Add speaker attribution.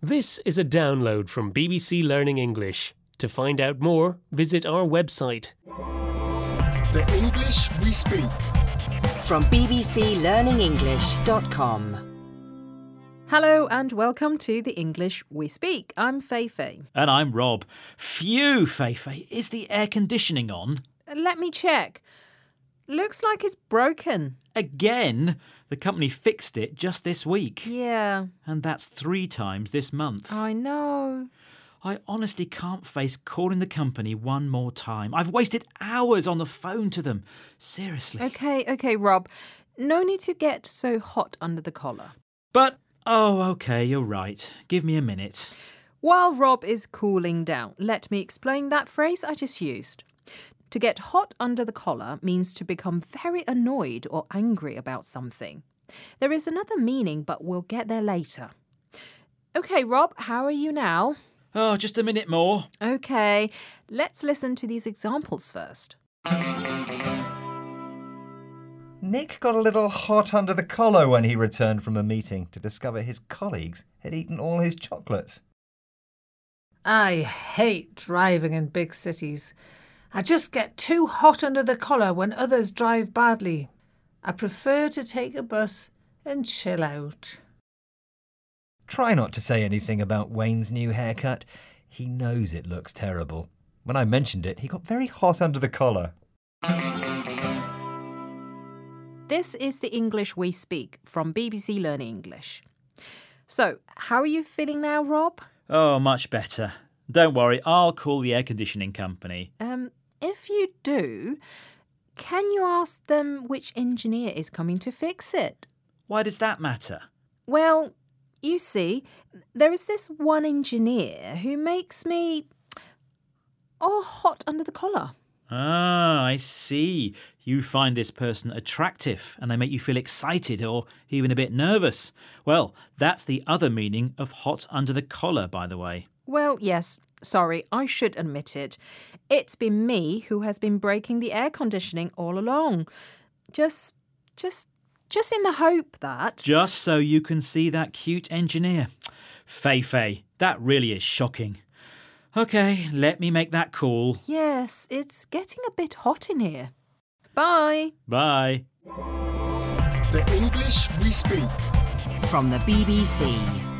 Speaker 1: This is a download from BBC Learning English. To find out more, visit our website.
Speaker 2: The English we speak.
Speaker 3: from bbclearningenglish.com.
Speaker 4: Hello and welcome to the English We Speak. I'm Fei Fei.
Speaker 5: And I'm Rob. Phew, Feifei, is the air conditioning on?
Speaker 4: Let me check. Looks like it's broken.
Speaker 5: Again? The company fixed it just this week.
Speaker 4: Yeah,
Speaker 5: And that's three times this month.
Speaker 4: I know.
Speaker 5: I honestly can't face calling the company one more time. I've wasted hours on the phone to them. Seriously.
Speaker 4: Okay, okay, Rob. No need to get so hot under the collar.
Speaker 5: But, oh, okay, you're right. Give me a minute.
Speaker 4: While Rob is cooling down, let me explain that phrase I just used. To get hot under the collar means to become very annoyed or angry about something. There is another meaning, but we'll get there later. Okay, Rob, how are you now?
Speaker 5: Oh, just a minute more.
Speaker 4: Okay, let's listen to these examples first.
Speaker 6: Nick got a little hot under the collar when he returned from a meeting to discover his colleagues had eaten all his chocolates.
Speaker 7: I hate driving in big cities. I just get too hot under the collar when others drive badly. I prefer to take a bus and chill out.
Speaker 6: Try not to say anything about Wayne's new haircut. He knows it looks terrible. When I mentioned it, he got very hot under the collar.
Speaker 4: This is the English we speak from BBC Learn English. So, how are you feeling now, Rob?
Speaker 5: Oh, much better. Don't worry, I'll call the air conditioning company.
Speaker 4: Um, if you do, can you ask them which engineer is coming to fix it?
Speaker 5: Why does that matter?
Speaker 4: Well, you see, there is this one engineer who makes me oh hot under the collar.
Speaker 5: Ah, I see. You find this person attractive and they make you feel excited or even a bit nervous. Well, that's the other meaning of hot under the collar, by the way.
Speaker 4: Well, yes, sorry, I should admit it. It's been me who has been breaking the air conditioning all along. Just just just in the hope that
Speaker 5: Just so you can see that cute engineer. Fei Fei, that really is shocking. Okay, let me make that call.
Speaker 4: Yes, it's getting a bit hot in here. Bye.
Speaker 5: Bye.
Speaker 2: The English we speak.
Speaker 3: From the BBC.